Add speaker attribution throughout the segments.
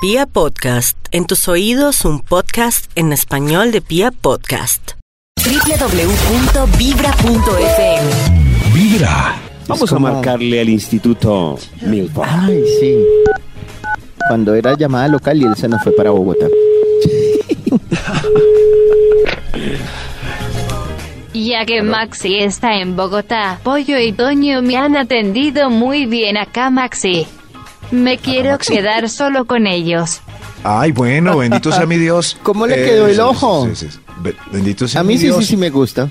Speaker 1: Pia Podcast, en tus oídos un podcast en español de Pia Podcast.
Speaker 2: www.vibra.fm
Speaker 3: Vibra.
Speaker 4: Vamos a
Speaker 5: como-
Speaker 4: marcarle al Instituto Milford.
Speaker 5: Ay, sí. Cuando era llamada local y él se nos fue para Bogotá.
Speaker 6: Ya que Maxi está en Bogotá, Pollo y Toño me han atendido muy bien acá, Maxi. Me quiero quedar solo con ellos.
Speaker 3: Ay, bueno, bendito sea mi Dios. Eh,
Speaker 5: ¿Cómo le quedó el
Speaker 3: sí,
Speaker 5: ojo?
Speaker 3: sí, sí, sí. Be- Bendito sea
Speaker 5: A
Speaker 3: mi
Speaker 5: mí sí,
Speaker 3: Dios.
Speaker 5: sí, sí me gusta.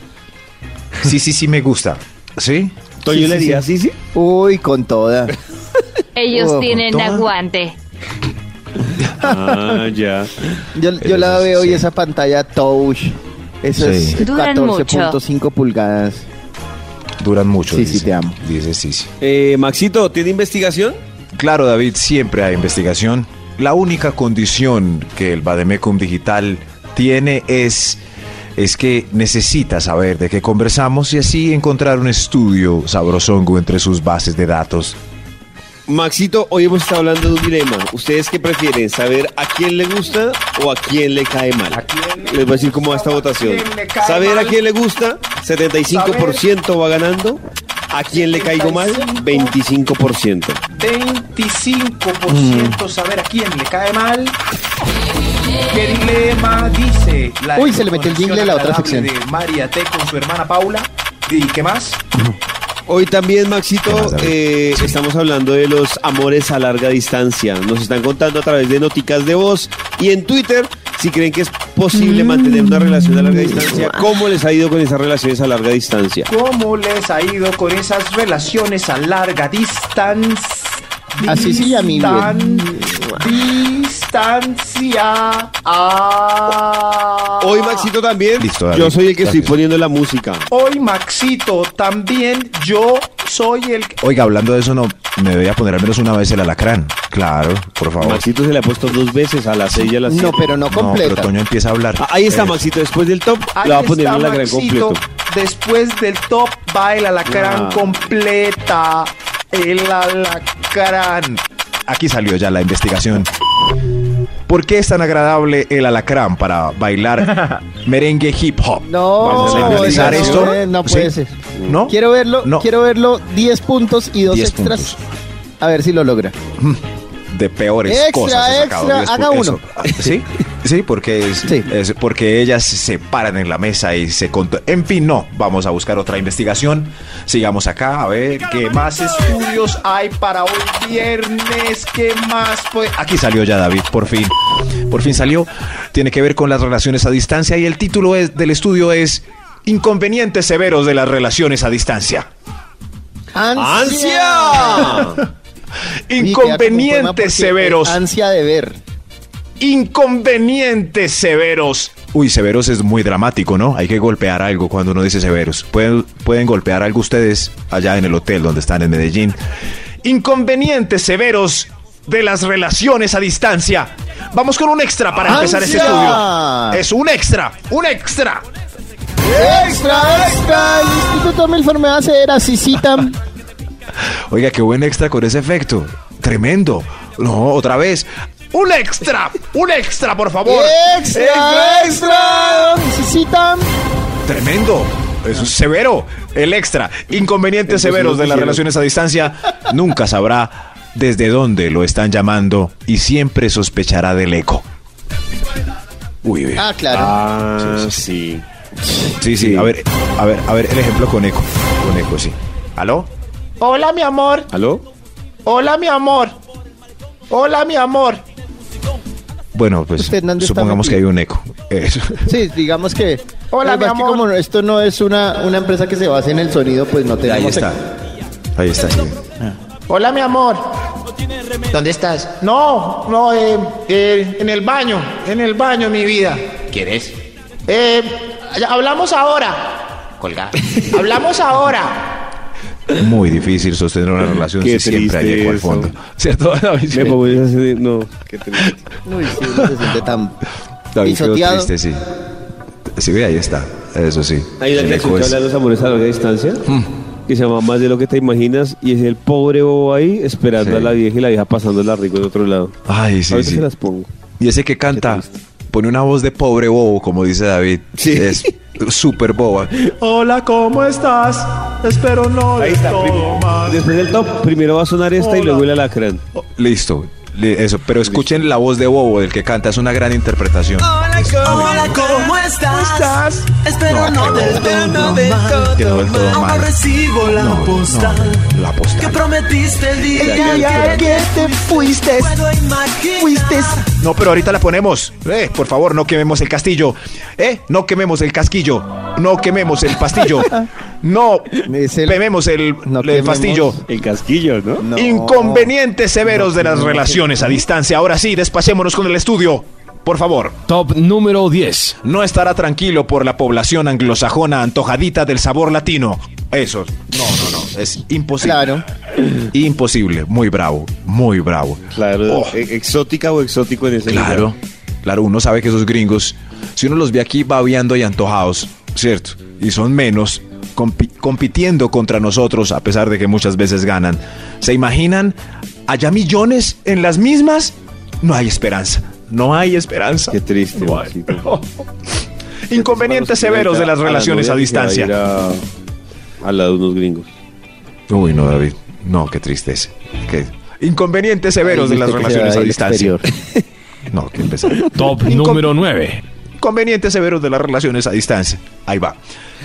Speaker 3: sí. Sí, sí, me gusta. ¿Sí?
Speaker 4: Toño
Speaker 5: Sí,
Speaker 4: le
Speaker 5: sí,
Speaker 4: diría, sí, sí.
Speaker 5: Uy, con toda.
Speaker 6: Ellos
Speaker 5: Oh,
Speaker 6: tienen
Speaker 3: toma.
Speaker 6: aguante.
Speaker 4: Ah, ya.
Speaker 5: Yo, yo la
Speaker 3: Eso
Speaker 5: veo
Speaker 3: sí.
Speaker 5: y esa pantalla touch. Eso
Speaker 3: Sí.
Speaker 5: es
Speaker 6: Duran
Speaker 5: 14.5 pulgadas.
Speaker 3: Duran mucho.
Speaker 5: Sí, sí,
Speaker 3: dice.
Speaker 5: te amo.
Speaker 3: Dice, sí, sí.
Speaker 4: Eh, Maxito, ¿tiene investigación?
Speaker 3: Claro, David, siempre hay investigación. La única condición que el Bademecum Digital tiene es, es que necesita saber de qué conversamos y así encontrar un estudio sabrosongo entre sus bases de datos.
Speaker 4: Maxito, hoy hemos estado hablando de un dilema. ¿Ustedes qué prefieren? ¿Saber a quién le gusta o a quién le cae mal? Les voy a decir cómo va esta votación. ¿Saber a quién le gusta? 75% va ganando. ¿A quién le caigo mal? 25%.
Speaker 7: 25%
Speaker 5: Mm.
Speaker 7: saber a quién le cae mal. ¿Qué dilema dice? La
Speaker 5: Uy, se le metió el jingle a la otra
Speaker 7: desconexión
Speaker 5: sección.
Speaker 7: agradable De María T con su hermana Paula. ¿Y qué más?
Speaker 4: Hoy también, Maxito,
Speaker 3: ¿Qué más, David?
Speaker 4: eh, estamos hablando de los amores a larga distancia. Nos están contando a través de noticas de voz y en Twitter si creen que es posible mantener una relación a larga distancia.
Speaker 3: Mm.
Speaker 4: ¿Cómo les ha ido con esas relaciones a larga distancia?
Speaker 7: ¿Cómo les ha ido con esas relaciones a larga distancia?
Speaker 5: Así sí, a mí, bien.
Speaker 7: Distancia. Ah.
Speaker 4: Hoy, Maxito, también.
Speaker 3: Listo, David.
Speaker 4: Yo soy el que estoy
Speaker 3: Gracias.
Speaker 4: poniendo la música.
Speaker 7: Hoy, Maxito, también yo soy el
Speaker 3: Oiga, hablando de eso, no me voy a poner al menos una vez el alacrán. Claro, por favor.
Speaker 4: Maxito se le ha puesto dos veces a las seis y a las
Speaker 5: No,
Speaker 4: siete.
Speaker 5: pero no
Speaker 3: No, pero
Speaker 5: completa.
Speaker 3: Toño empieza a hablar.
Speaker 4: Ah, Ahí está,
Speaker 3: Eh,
Speaker 4: Maxito. Después del top,
Speaker 7: Ahí
Speaker 4: la va a poner
Speaker 7: está,
Speaker 4: en la gran
Speaker 7: Maxito.
Speaker 4: completo.
Speaker 7: Después del top va el
Speaker 4: Ah.
Speaker 7: alacrán completa. El alacrán.
Speaker 3: Aquí salió ya la investigación. ¿Por qué es tan agradable el alacrán para bailar merengue hip hop?
Speaker 5: no,
Speaker 3: Vamos a
Speaker 5: no,
Speaker 3: analizar
Speaker 5: no,
Speaker 3: esto.
Speaker 5: no, no puede
Speaker 3: Sí.
Speaker 5: ser.
Speaker 3: ¿No?
Speaker 5: Quiero verlo,
Speaker 3: No.
Speaker 5: quiero verlo 10 puntos y 2
Speaker 3: 10
Speaker 5: extras.
Speaker 3: puntos.
Speaker 5: A ver si lo logra.
Speaker 3: de peores
Speaker 5: Extra,
Speaker 3: cosas. he sacado,
Speaker 5: extra,
Speaker 3: Dios,
Speaker 5: haga
Speaker 3: por-
Speaker 5: uno.
Speaker 3: eso. Sí, sí, porque es,
Speaker 5: Sí.
Speaker 3: es porque ellas se paran en la mesa y se cont- En fin, no. Vamos a buscar otra investigación. Sigamos acá a ver qué más.
Speaker 7: Más estudios hay para hoy viernes. ¿Qué más? Pues
Speaker 3: Aquí salió ya David, por fin. Por fin salió. Tiene que ver con las relaciones a distancia y el título es- del estudio es Inconvenientes severos de las relaciones a distancia.
Speaker 4: ¡Ansia!
Speaker 5: Sí, queda como un poema porque eh,
Speaker 3: Inconvenientes
Speaker 5: es
Speaker 3: severos.
Speaker 5: Ansia de ver.
Speaker 3: Inconvenientes severos. Uy, severos es muy dramático, ¿no? Hay que golpear algo cuando uno dice severos. Pueden, pueden golpear algo ustedes allá en el hotel donde están en Medellín. Inconvenientes severos de las relaciones a distancia. Vamos con un extra para empezar este
Speaker 5: ¡Ansia!
Speaker 3: estudio. Es un extra, un extra.
Speaker 5: ¡Extra, extra! El Instituto Milford me va a hacer asisitan.
Speaker 3: Oiga, qué buen extra con ese efecto. Tremendo. No, otra vez. Un extra, un extra, por favor.
Speaker 5: ¡Extra, extra! Necesitan.
Speaker 3: Tremendo. Eso es severo. El extra. Inconvenientes
Speaker 4: Ah. Entonces,
Speaker 3: severos
Speaker 4: no
Speaker 3: de las
Speaker 4: quisieron.
Speaker 3: relaciones a distancia. Nunca sabrá desde dónde lo están llamando y siempre sospechará del eco. Uy, uy.
Speaker 5: Ah, claro.
Speaker 4: Ah, sí.
Speaker 3: Sí, sí. A ver, a ver, a ver, el ejemplo con eco. Con eco, sí. ¿Aló?
Speaker 7: Hola, mi amor.
Speaker 4: ¿Aló?
Speaker 7: Hola, mi amor. Hola, mi amor.
Speaker 3: Bueno, pues
Speaker 5: Usted, Hernández, está
Speaker 3: supongamos que hay
Speaker 5: metido.
Speaker 3: un eco. Eso.
Speaker 5: Sí, digamos que.
Speaker 7: Hola,
Speaker 5: Lo que pasa
Speaker 7: mi
Speaker 5: es que
Speaker 7: amor.
Speaker 5: como esto no es una, una empresa que se base en el sonido, pues no tenemos.
Speaker 3: Ahí está. Ahí está, sí.
Speaker 7: Hola, mi amor.
Speaker 8: ¿Dónde estás?
Speaker 7: No, no, eh, eh, en el baño. En el baño, mi vida.
Speaker 8: ¿Quieres
Speaker 7: Eh, hablamos ahora.
Speaker 8: colgar?
Speaker 7: Hablamos ahora.
Speaker 3: Muy difícil sostener una relación
Speaker 4: Qué
Speaker 3: si siempre hay eco al
Speaker 4: triste
Speaker 3: fondo.
Speaker 4: eso.
Speaker 3: ¿Cierto? David?
Speaker 4: Me voy a hacer- No, qué triste.
Speaker 5: Uy, sí, uno se siente tan
Speaker 3: David quedó
Speaker 5: pisoteado.
Speaker 3: triste, sí. Sí, ve, ahí está. Eso sí.
Speaker 4: ¿Hay una
Speaker 3: El
Speaker 4: clase
Speaker 3: eco
Speaker 4: que
Speaker 3: es- Mm.
Speaker 4: habla de los amores a larga distancia? que se llama Más de lo que te imaginas y es el pobre bobo ahí esperando
Speaker 3: Sí.
Speaker 4: a la vieja y la vieja pasándola rico de otro lado.
Speaker 3: Ay,
Speaker 4: a
Speaker 3: sí,
Speaker 4: veces
Speaker 3: sí.
Speaker 4: se las pongo.
Speaker 3: Y ese que canta,
Speaker 4: Qué
Speaker 3: pone una voz de pobre bobo, como dice David.
Speaker 4: Sí.
Speaker 3: Es súper boba.
Speaker 2: Hola, ¿cómo estás? Espero no
Speaker 4: Ahí
Speaker 2: de
Speaker 4: está,
Speaker 2: todo
Speaker 4: prim-
Speaker 2: mal.
Speaker 4: Después del top, primero va a sonar esta y
Speaker 2: Hola.
Speaker 4: luego el alacrán.
Speaker 3: Listo. Le- Eso, pero escuchen la voz de Bobo del que canta, es una gran interpretación.
Speaker 9: Hola, ¿cómo estás? Espero no,
Speaker 3: qué
Speaker 9: del
Speaker 3: bueno.
Speaker 9: todo mal.
Speaker 3: Que no del todo
Speaker 9: Aún
Speaker 3: mal.
Speaker 9: no recibo la
Speaker 3: No,
Speaker 9: postal
Speaker 3: no, la postal.
Speaker 9: que prometiste el día
Speaker 5: El día que te fuiste,
Speaker 9: Puedo imaginar.
Speaker 5: fuiste.
Speaker 3: No, pero ahorita la ponemos. Eh, por favor, no quememos el castillo. Eh, no quememos el casquillo. No quememos el pastillo. No
Speaker 5: Es el-
Speaker 3: quememos el,
Speaker 5: no
Speaker 3: el
Speaker 5: quememos.
Speaker 3: pastillo.
Speaker 4: El casquillo, ¿no?
Speaker 5: No.
Speaker 3: Inconvenientes severos de las relaciones a distancia. Ahora sí, despacémonos con el estudio. Por favor.
Speaker 10: Top número 10.
Speaker 3: No estará tranquilo por la población anglosajona antojadita del sabor latino. Eso. No, no, no. Es imposible.
Speaker 5: Claro.
Speaker 3: Imposible. Muy bravo. Muy bravo.
Speaker 4: Claro,
Speaker 3: Oh.
Speaker 4: e- exótica o exótico en ese
Speaker 3: Claro,
Speaker 4: lugar.
Speaker 3: claro, uno sabe que esos gringos, si uno los ve aquí babeando y antojados, ¿cierto? Y son menos, compi- compitiendo contra nosotros, a pesar de que muchas veces ganan. ¿Se imaginan allá millones en las mismas? No hay esperanza. No hay esperanza.
Speaker 4: Qué triste.
Speaker 3: No hay.
Speaker 4: Maxito.
Speaker 3: Inconvenientes severos de las
Speaker 4: A la
Speaker 3: relaciones a
Speaker 4: novia que se va
Speaker 3: distancia.
Speaker 4: a ir a- al lado de unos gringos.
Speaker 3: Uy, no, David. No, qué tristeza. Qué- Inconvenientes severos de las relaciones a distancia. No, qué pesar.
Speaker 10: Top
Speaker 3: Incon-
Speaker 10: número 9.
Speaker 3: Inconvenientes severos de las relaciones a distancia. Ahí va.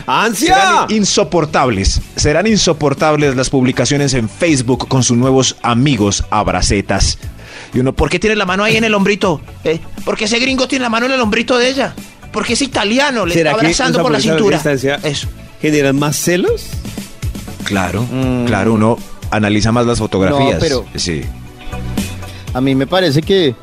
Speaker 4: ¡Ansia!
Speaker 3: Serán insoportables. Serán insoportables las publicaciones en Facebook con sus nuevos amigos abracetas. Y uno, ¿por qué tiene la mano ahí en el hombrito? ¿Eh? ¿Por qué ese gringo tiene la mano en el hombrito de ella? Porque es italiano, le está abrazando por la cintura. Eso.
Speaker 4: ¿Generan más celos?
Speaker 3: Claro, claro, uno analiza más las fotografías.
Speaker 5: Mm. No, pero-
Speaker 3: Sí.
Speaker 5: A mí me parece que,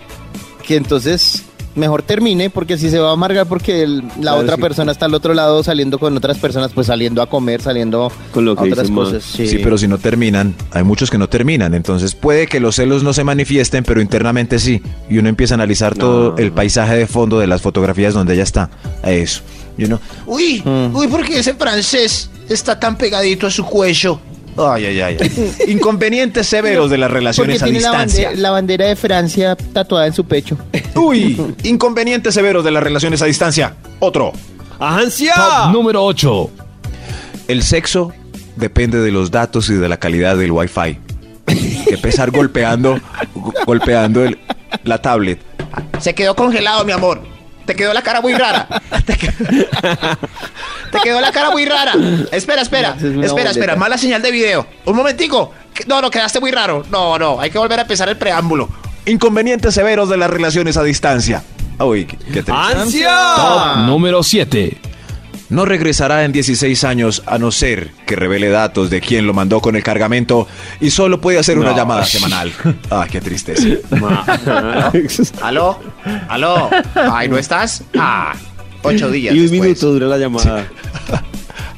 Speaker 5: que entonces mejor termine, porque si se va a amargar porque el- la
Speaker 4: Claro,
Speaker 5: otra
Speaker 4: sí.
Speaker 5: persona está al otro lado saliendo con otras personas, pues saliendo a comer, saliendo
Speaker 4: Con lo que
Speaker 5: a otras
Speaker 4: dice Ma.
Speaker 5: cosas.
Speaker 3: Sí. pero si no terminan, hay muchos que no terminan, entonces puede que los celos no se manifiesten, pero internamente sí, y uno empieza a analizar todo el paisaje de fondo de las fotografías donde ella está, eso, y uno,
Speaker 8: Uy,
Speaker 5: Mm.
Speaker 8: uy, porque ese francés está tan pegadito a su cuello.
Speaker 3: ay, ay, ay, ay. inconvenientes severos de las
Speaker 5: Porque
Speaker 3: relaciones a
Speaker 5: tiene la
Speaker 3: distancia,
Speaker 5: bandera, la bandera de Francia tatuada en su pecho.
Speaker 3: uy, inconvenientes severos de las relaciones a distancia, otro,
Speaker 4: ¡Ansia!
Speaker 10: Top número 8.
Speaker 3: el sexo depende de los datos y de la calidad del wifi, que pesar golpeando, go- golpeando el- la tablet,
Speaker 8: Se quedó congelado, mi amor. Te quedó la cara muy rara. Te, que- Te quedó la cara muy rara. Espera, espera.
Speaker 5: Es una
Speaker 8: espera, espera.
Speaker 5: boleta.
Speaker 8: Mala señal de video. Un momentico. Que- No, no, quedaste muy raro. No, no. Hay que volver a empezar el preámbulo.
Speaker 3: inconvenientes severos de las relaciones a distancia, uy, qué, qué triste.
Speaker 4: ¡Ansia!
Speaker 10: Top número 7.
Speaker 3: No regresará en 16 años a no ser que revele datos de quién lo mandó con el cargamento y solo puede hacer una
Speaker 4: No.
Speaker 3: llamada semanal. Ah, qué tristeza.
Speaker 8: ¿Aló? ¿Aló? Ay, ¿no estás? Ah, ocho días.
Speaker 4: y un
Speaker 8: después.
Speaker 4: minuto dura la llamada.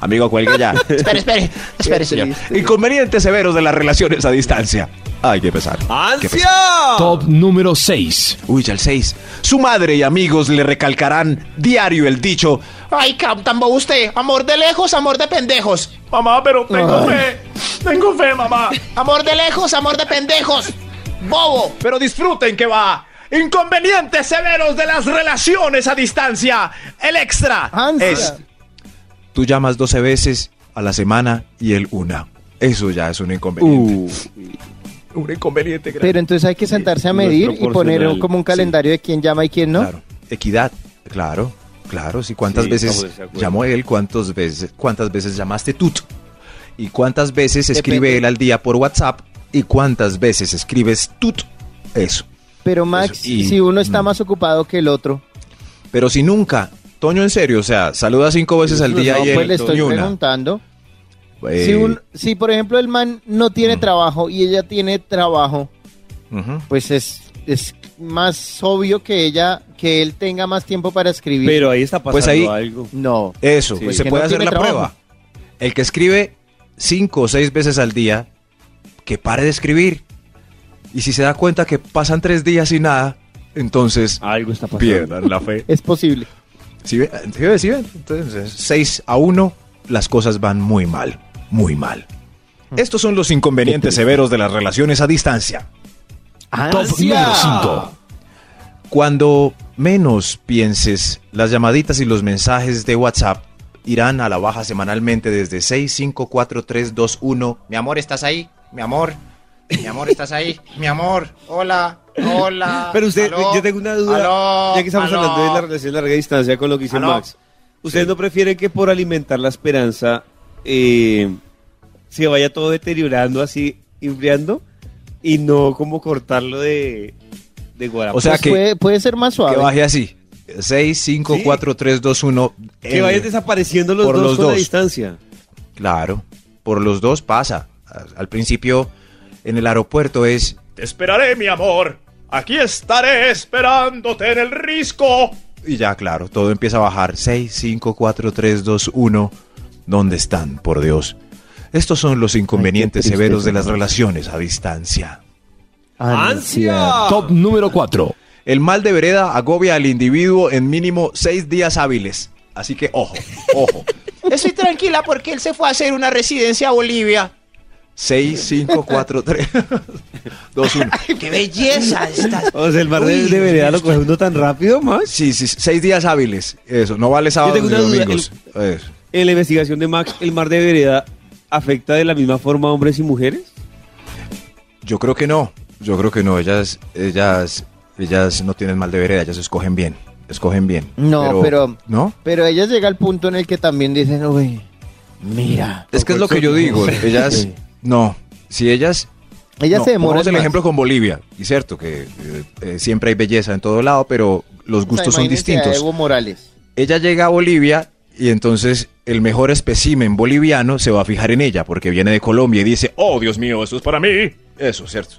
Speaker 3: Amigo, cuelga ya.
Speaker 8: Espere, espere. Espere, señor.
Speaker 3: Inconvenientes severos de las relaciones a distancia. Ay, qué pesar. Qué pesar.
Speaker 2: Ah,
Speaker 10: Top número 6.
Speaker 3: Uy, ya el 6. Su madre y amigos le recalcarán diario el dicho.
Speaker 8: Ay, cam- tan bobo usted. Amor de lejos, amor de pendejos.
Speaker 2: Mamá, pero tengo fe. Tengo fe, mamá.
Speaker 8: Amor de lejos, amor de pendejos. Bobo.
Speaker 2: Pero disfruten que va. Inconvenientes severos de las relaciones a distancia. El extra.
Speaker 5: Ansia.
Speaker 3: Es- Tú llamas 12 veces a la semana y él una. Eso ya es un inconveniente.
Speaker 4: Uh,
Speaker 3: un inconveniente grande.
Speaker 5: Pero entonces
Speaker 3: eh,
Speaker 5: hay que sentarse a medir y poner
Speaker 4: proporcional,
Speaker 5: como un calendario de quién llama y quién no.
Speaker 3: Claro. Equidad, claro, claro. Sí, cuántas
Speaker 4: Sí,
Speaker 3: veces
Speaker 4: estamos de acuerdo.
Speaker 3: llamó él, cuántas veces, cuántas veces llamaste tú y cuántas veces
Speaker 5: Depende.
Speaker 3: escribe él al día por WhatsApp y cuántas veces escribes tú. Eso.
Speaker 5: Pero Max,
Speaker 3: Eso, y-
Speaker 5: si uno está
Speaker 3: mm.
Speaker 5: más ocupado que el otro,
Speaker 3: Pero si nunca, Toño, en serio, o sea, saluda cinco veces al
Speaker 4: Eso
Speaker 3: día
Speaker 4: no,
Speaker 3: y
Speaker 5: pues
Speaker 3: él
Speaker 5: le estoy
Speaker 3: ni una.
Speaker 5: preguntando.
Speaker 3: Eh, Mm.
Speaker 5: Si, un- si, por ejemplo el man no tiene trabajo y ella tiene trabajo,
Speaker 3: ujú.
Speaker 5: pues es, es más obvio que ella, que él tenga más tiempo para escribir.
Speaker 4: pero ahí está pasando
Speaker 3: Pues ahí-
Speaker 4: algo.
Speaker 5: no.
Speaker 3: Eso,
Speaker 4: Sí. Pues
Speaker 3: pues se
Speaker 5: que
Speaker 3: puede
Speaker 5: no
Speaker 3: hacer
Speaker 5: tiene
Speaker 3: la
Speaker 5: trabajo.
Speaker 3: prueba. El que escribe cinco o seis veces al día, que pare de escribir. Y si se da cuenta que pasan tres días y nada, entonces
Speaker 4: Algo está pasando.
Speaker 3: pierdan la fe.
Speaker 5: Es posible.
Speaker 3: Si ve- si ve- si ve, Entonces, 6 a 1, las cosas van muy mal. muy mal. Estos son los inconvenientes severos de las relaciones a distancia.
Speaker 8: Ah,
Speaker 10: Top número 5.
Speaker 3: Cuando menos pienses, las llamaditas y los mensajes de WhatsApp irán a la baja semanalmente desde 6, 5, 4, 3, 2, 1.
Speaker 8: Mi amor, ¿estás ahí? Mi amor. Mi amor, ¿estás ahí? Mi amor. Hola. Hola.
Speaker 4: Pero usted,
Speaker 8: aló,
Speaker 4: yo tengo una duda,
Speaker 8: aló,
Speaker 4: ya que estamos
Speaker 8: aló.
Speaker 4: hablando de la relación larga distancia con lo que dice
Speaker 8: Aló.
Speaker 4: Max. ¿Ustedes no prefieren que por alimentar la esperanza eh, se vaya todo deteriorando así, enfriando? Y no como cortarlo de, de guarapo.
Speaker 3: O sea
Speaker 5: Pues
Speaker 3: que-
Speaker 5: puede, puede ser más
Speaker 3: Que
Speaker 5: suave.
Speaker 3: baje así. 6, 5,
Speaker 4: Sí.
Speaker 3: 4, 3, 2, 1.
Speaker 4: que vayan desapareciendo Eh, los
Speaker 3: por
Speaker 4: dos
Speaker 3: los
Speaker 4: con la
Speaker 3: dos.
Speaker 4: distancia.
Speaker 3: Claro, por los dos pasa. Al- Al principio, en el aeropuerto es
Speaker 2: Te esperaré, mi amor. Aquí estaré esperándote en el risco.
Speaker 3: Y ya, claro, todo empieza a bajar. 6, 5, 4, 3, 2, 1. ¿Dónde están, por Dios? Estos son los inconvenientes
Speaker 5: tristeza.
Speaker 3: severos de las relaciones a distancia.
Speaker 4: Ah, ¡Ansia!
Speaker 10: Top número 4.
Speaker 3: El mal de vereda agobia al individuo en mínimo seis días hábiles. Así que ojo, ojo.
Speaker 8: Estoy tranquila porque él se fue a hacer una residencia a Bolivia.
Speaker 3: 6, 5, 4, 3, 2, 1.
Speaker 8: ¡Qué belleza estás!
Speaker 4: O sea, el bar de, de vereda lo coge uno tan rápido, Max.
Speaker 3: Sí, sí, seis días hábiles. Eso, no vale sábados
Speaker 4: tengo
Speaker 3: ni
Speaker 4: una duda,
Speaker 3: domingos. Eso.
Speaker 4: En la investigación de Max, ¿el mar de vereda afecta de la misma forma a hombres y mujeres?
Speaker 3: Yo creo que no. Yo creo que no. Ellas, ellas, ellas no tienen mal de vereda. Ellas escogen bien. Escogen bien.
Speaker 5: No, pero-
Speaker 3: ¿No?
Speaker 5: Pero ella llega al punto en el que también dicen, uy, mira.
Speaker 3: Es que es lo que yo digo. Ellas, no. Si ellas.
Speaker 5: Ella
Speaker 3: no,
Speaker 5: se demora.
Speaker 3: Pongamos el
Speaker 5: más.
Speaker 3: ejemplo con Bolivia. Y cierto que eh, eh, siempre hay belleza en todo lado, pero los
Speaker 5: O sea,
Speaker 3: gustos son
Speaker 5: imagínense a
Speaker 3: distintos.
Speaker 5: Evo Morales.
Speaker 3: Ella llega a Bolivia y entonces el mejor espécimen boliviano se va a fijar en ella porque viene de Colombia y dice, oh Dios mío, eso es para mí. Eso, cierto.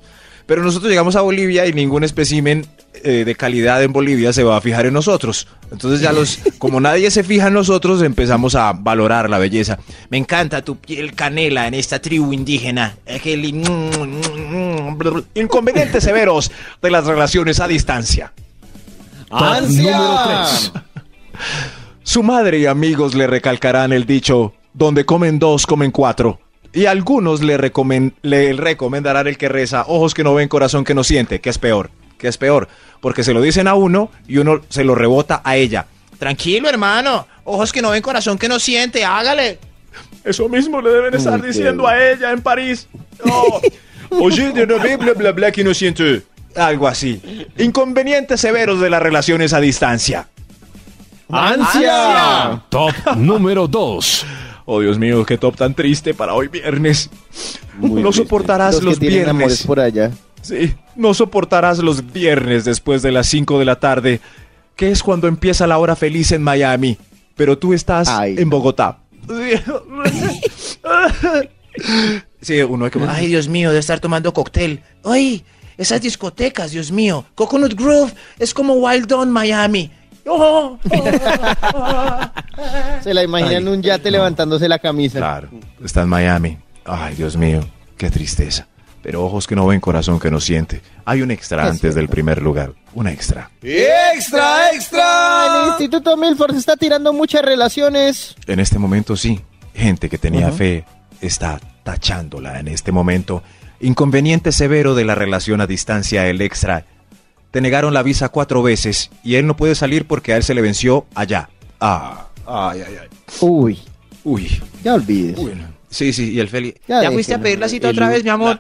Speaker 3: Pero nosotros llegamos a Bolivia y ningún espécimen eh, de calidad en Bolivia se va a fijar en nosotros. Entonces ya los, como nadie se fija en nosotros, empezamos a valorar la belleza.
Speaker 8: Me encanta tu piel canela en esta tribu indígena. Es que li-
Speaker 3: Inconvenientes severos de las relaciones a distancia.
Speaker 10: Top número 3.
Speaker 3: Su madre y amigos le recalcarán el dicho, donde comen dos, comen cuatro. Y algunos le, recomen- le recomendarán el que reza, ojos que no ven, corazón que no siente, que es peor, que es peor. Porque se lo dicen a uno y uno se lo rebota a ella.
Speaker 8: Tranquilo, hermano. Ojos que no ven, corazón que no siente. Hágale.
Speaker 2: Eso mismo le deben estar
Speaker 4: qué
Speaker 2: diciendo
Speaker 4: bueno.
Speaker 2: a ella en París. Oh,
Speaker 3: Oye, de una vez, bla, bla, bla, que no siente. Algo así. Inconvenientes severos de las relaciones a distancia.
Speaker 4: ¡Ansia!
Speaker 10: Top número 2.
Speaker 3: Oh, Dios mío, qué top tan triste para hoy viernes.
Speaker 4: Muy
Speaker 3: no
Speaker 4: triste.
Speaker 3: soportarás
Speaker 5: Los,
Speaker 3: los,
Speaker 5: que tienen amores
Speaker 3: viernes.
Speaker 5: por allá.
Speaker 3: Sí, no soportarás los viernes después de las 5 de la tarde, que es cuando empieza la hora feliz en Miami, pero tú estás
Speaker 5: Ay.
Speaker 3: en Bogotá. Sí, uno hay que...
Speaker 8: Ay, Dios mío, de estar tomando cóctel. Ay, esas discotecas, Dios mío. Coconut Grove es como Wild Dawn Miami. Oh,
Speaker 5: Se la imaginan en un yate levantándose la camisa.
Speaker 3: Claro, está en Miami. Ay, Dios mío, qué tristeza. Pero ojos que no ven, corazón que no siente. Hay un extra
Speaker 5: Es
Speaker 3: antes del primer lugar, un extra.
Speaker 4: ¡Extra,
Speaker 5: Ah, El
Speaker 4: extra!
Speaker 5: Instituto Milford se está tirando muchas relaciones.
Speaker 3: En este momento sí, gente que tenía fe está tachándola en este momento. Inconveniente severo de la relación a distancia el extra. Te negaron la visa cuatro veces y él no puede salir porque a él se le venció allá. Ah, ay, ay, ay.
Speaker 5: Uy,
Speaker 3: Uy,
Speaker 5: ya olvides.
Speaker 3: uy. no. Sí, sí, y el Feli.
Speaker 8: ¿Ya fuiste a
Speaker 5: déjelo.
Speaker 8: pedir la cita otra vez, mi amor?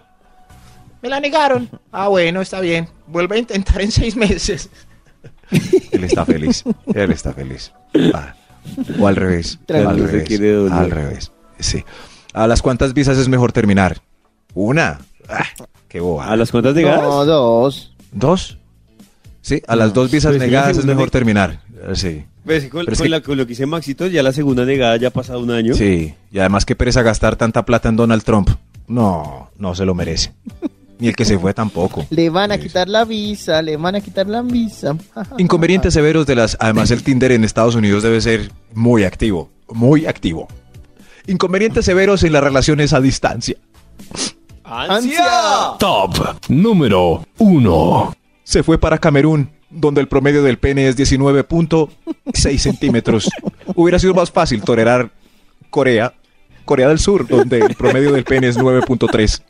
Speaker 8: Me la negaron. Ah, bueno, está bien. Vuelve a intentar en seis meses.
Speaker 3: Él está feliz. Él está feliz. Ah, o al revés.
Speaker 5: Tranquilo.
Speaker 3: al
Speaker 4: No se quiere
Speaker 3: revés.
Speaker 4: doler.
Speaker 3: Al revés. Sí. ¿A las cuantas visas es mejor terminar? Una. Ah, qué boba.
Speaker 4: ¿A las cuentas de gas?
Speaker 5: No, dos.
Speaker 3: ¿Dos? Sí, a las dos visas
Speaker 4: Pues sí, la
Speaker 3: negadas es
Speaker 4: segunda
Speaker 3: mejor
Speaker 4: neg-
Speaker 3: terminar. Eh, Sí.
Speaker 4: Pues, con,
Speaker 3: Pero es
Speaker 4: con
Speaker 3: que-
Speaker 4: la- con lo que dice Maxito, ya la segunda negada ya ha pasado un año.
Speaker 3: Sí. Y además que pereza gastar tanta plata en Donald Trump. No, no se lo merece. Ni el que se fue tampoco.
Speaker 5: Le van a
Speaker 3: Sí.
Speaker 5: quitar la visa, le van a quitar la visa.
Speaker 3: Inconvenientes severos de las... Además el Tinder en Estados Unidos debe ser muy activo. Muy activo. Inconvenientes severos en las relaciones a distancia.
Speaker 5: ¡Ansia!
Speaker 10: Top número 1.
Speaker 3: Se fue para Camerún, donde el promedio del pene es 19.6 centímetros. Hubiera sido más fácil tolerar Corea Corea del Sur, donde el promedio del pene es 9.3.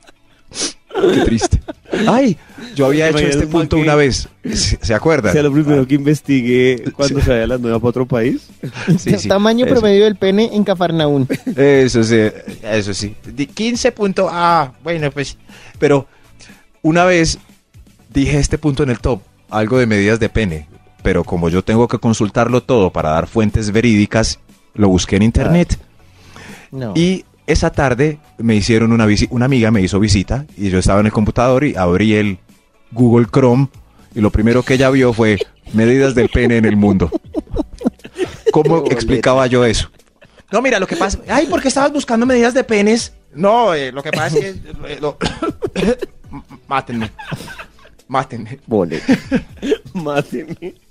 Speaker 3: Qué triste. Ay, yo había hecho este punto una vez. ¿Se se acuerdan?
Speaker 4: sea lo primero que investigué cuando se vaya la nueva para otro país.
Speaker 3: Ah, Sí, sí,
Speaker 5: Tamaño
Speaker 3: eso.
Speaker 5: promedio del pene en Cafarnaún.
Speaker 3: Eso sí, eso sí. Di- 15 punto, ah, bueno, pues. Pero una vez dije este punto en el top, algo de medidas de pene, pero como yo tengo que consultarlo todo para dar fuentes verídicas, lo busqué en internet.
Speaker 5: No.
Speaker 3: Y esa tarde me hicieron una visita, una amiga me hizo visita y yo estaba en el computador y abrí el Google Chrome y lo primero que ella vio fue medidas del pene en el mundo. ¿Cómo explicaba yo eso?
Speaker 8: No, mira, lo que pasa. Ay, porque estabas buscando medidas de penes. No, eh, lo que pasa es que. eh, lo- M- Mátenme. Mátenme.
Speaker 4: Bolet. Máteme.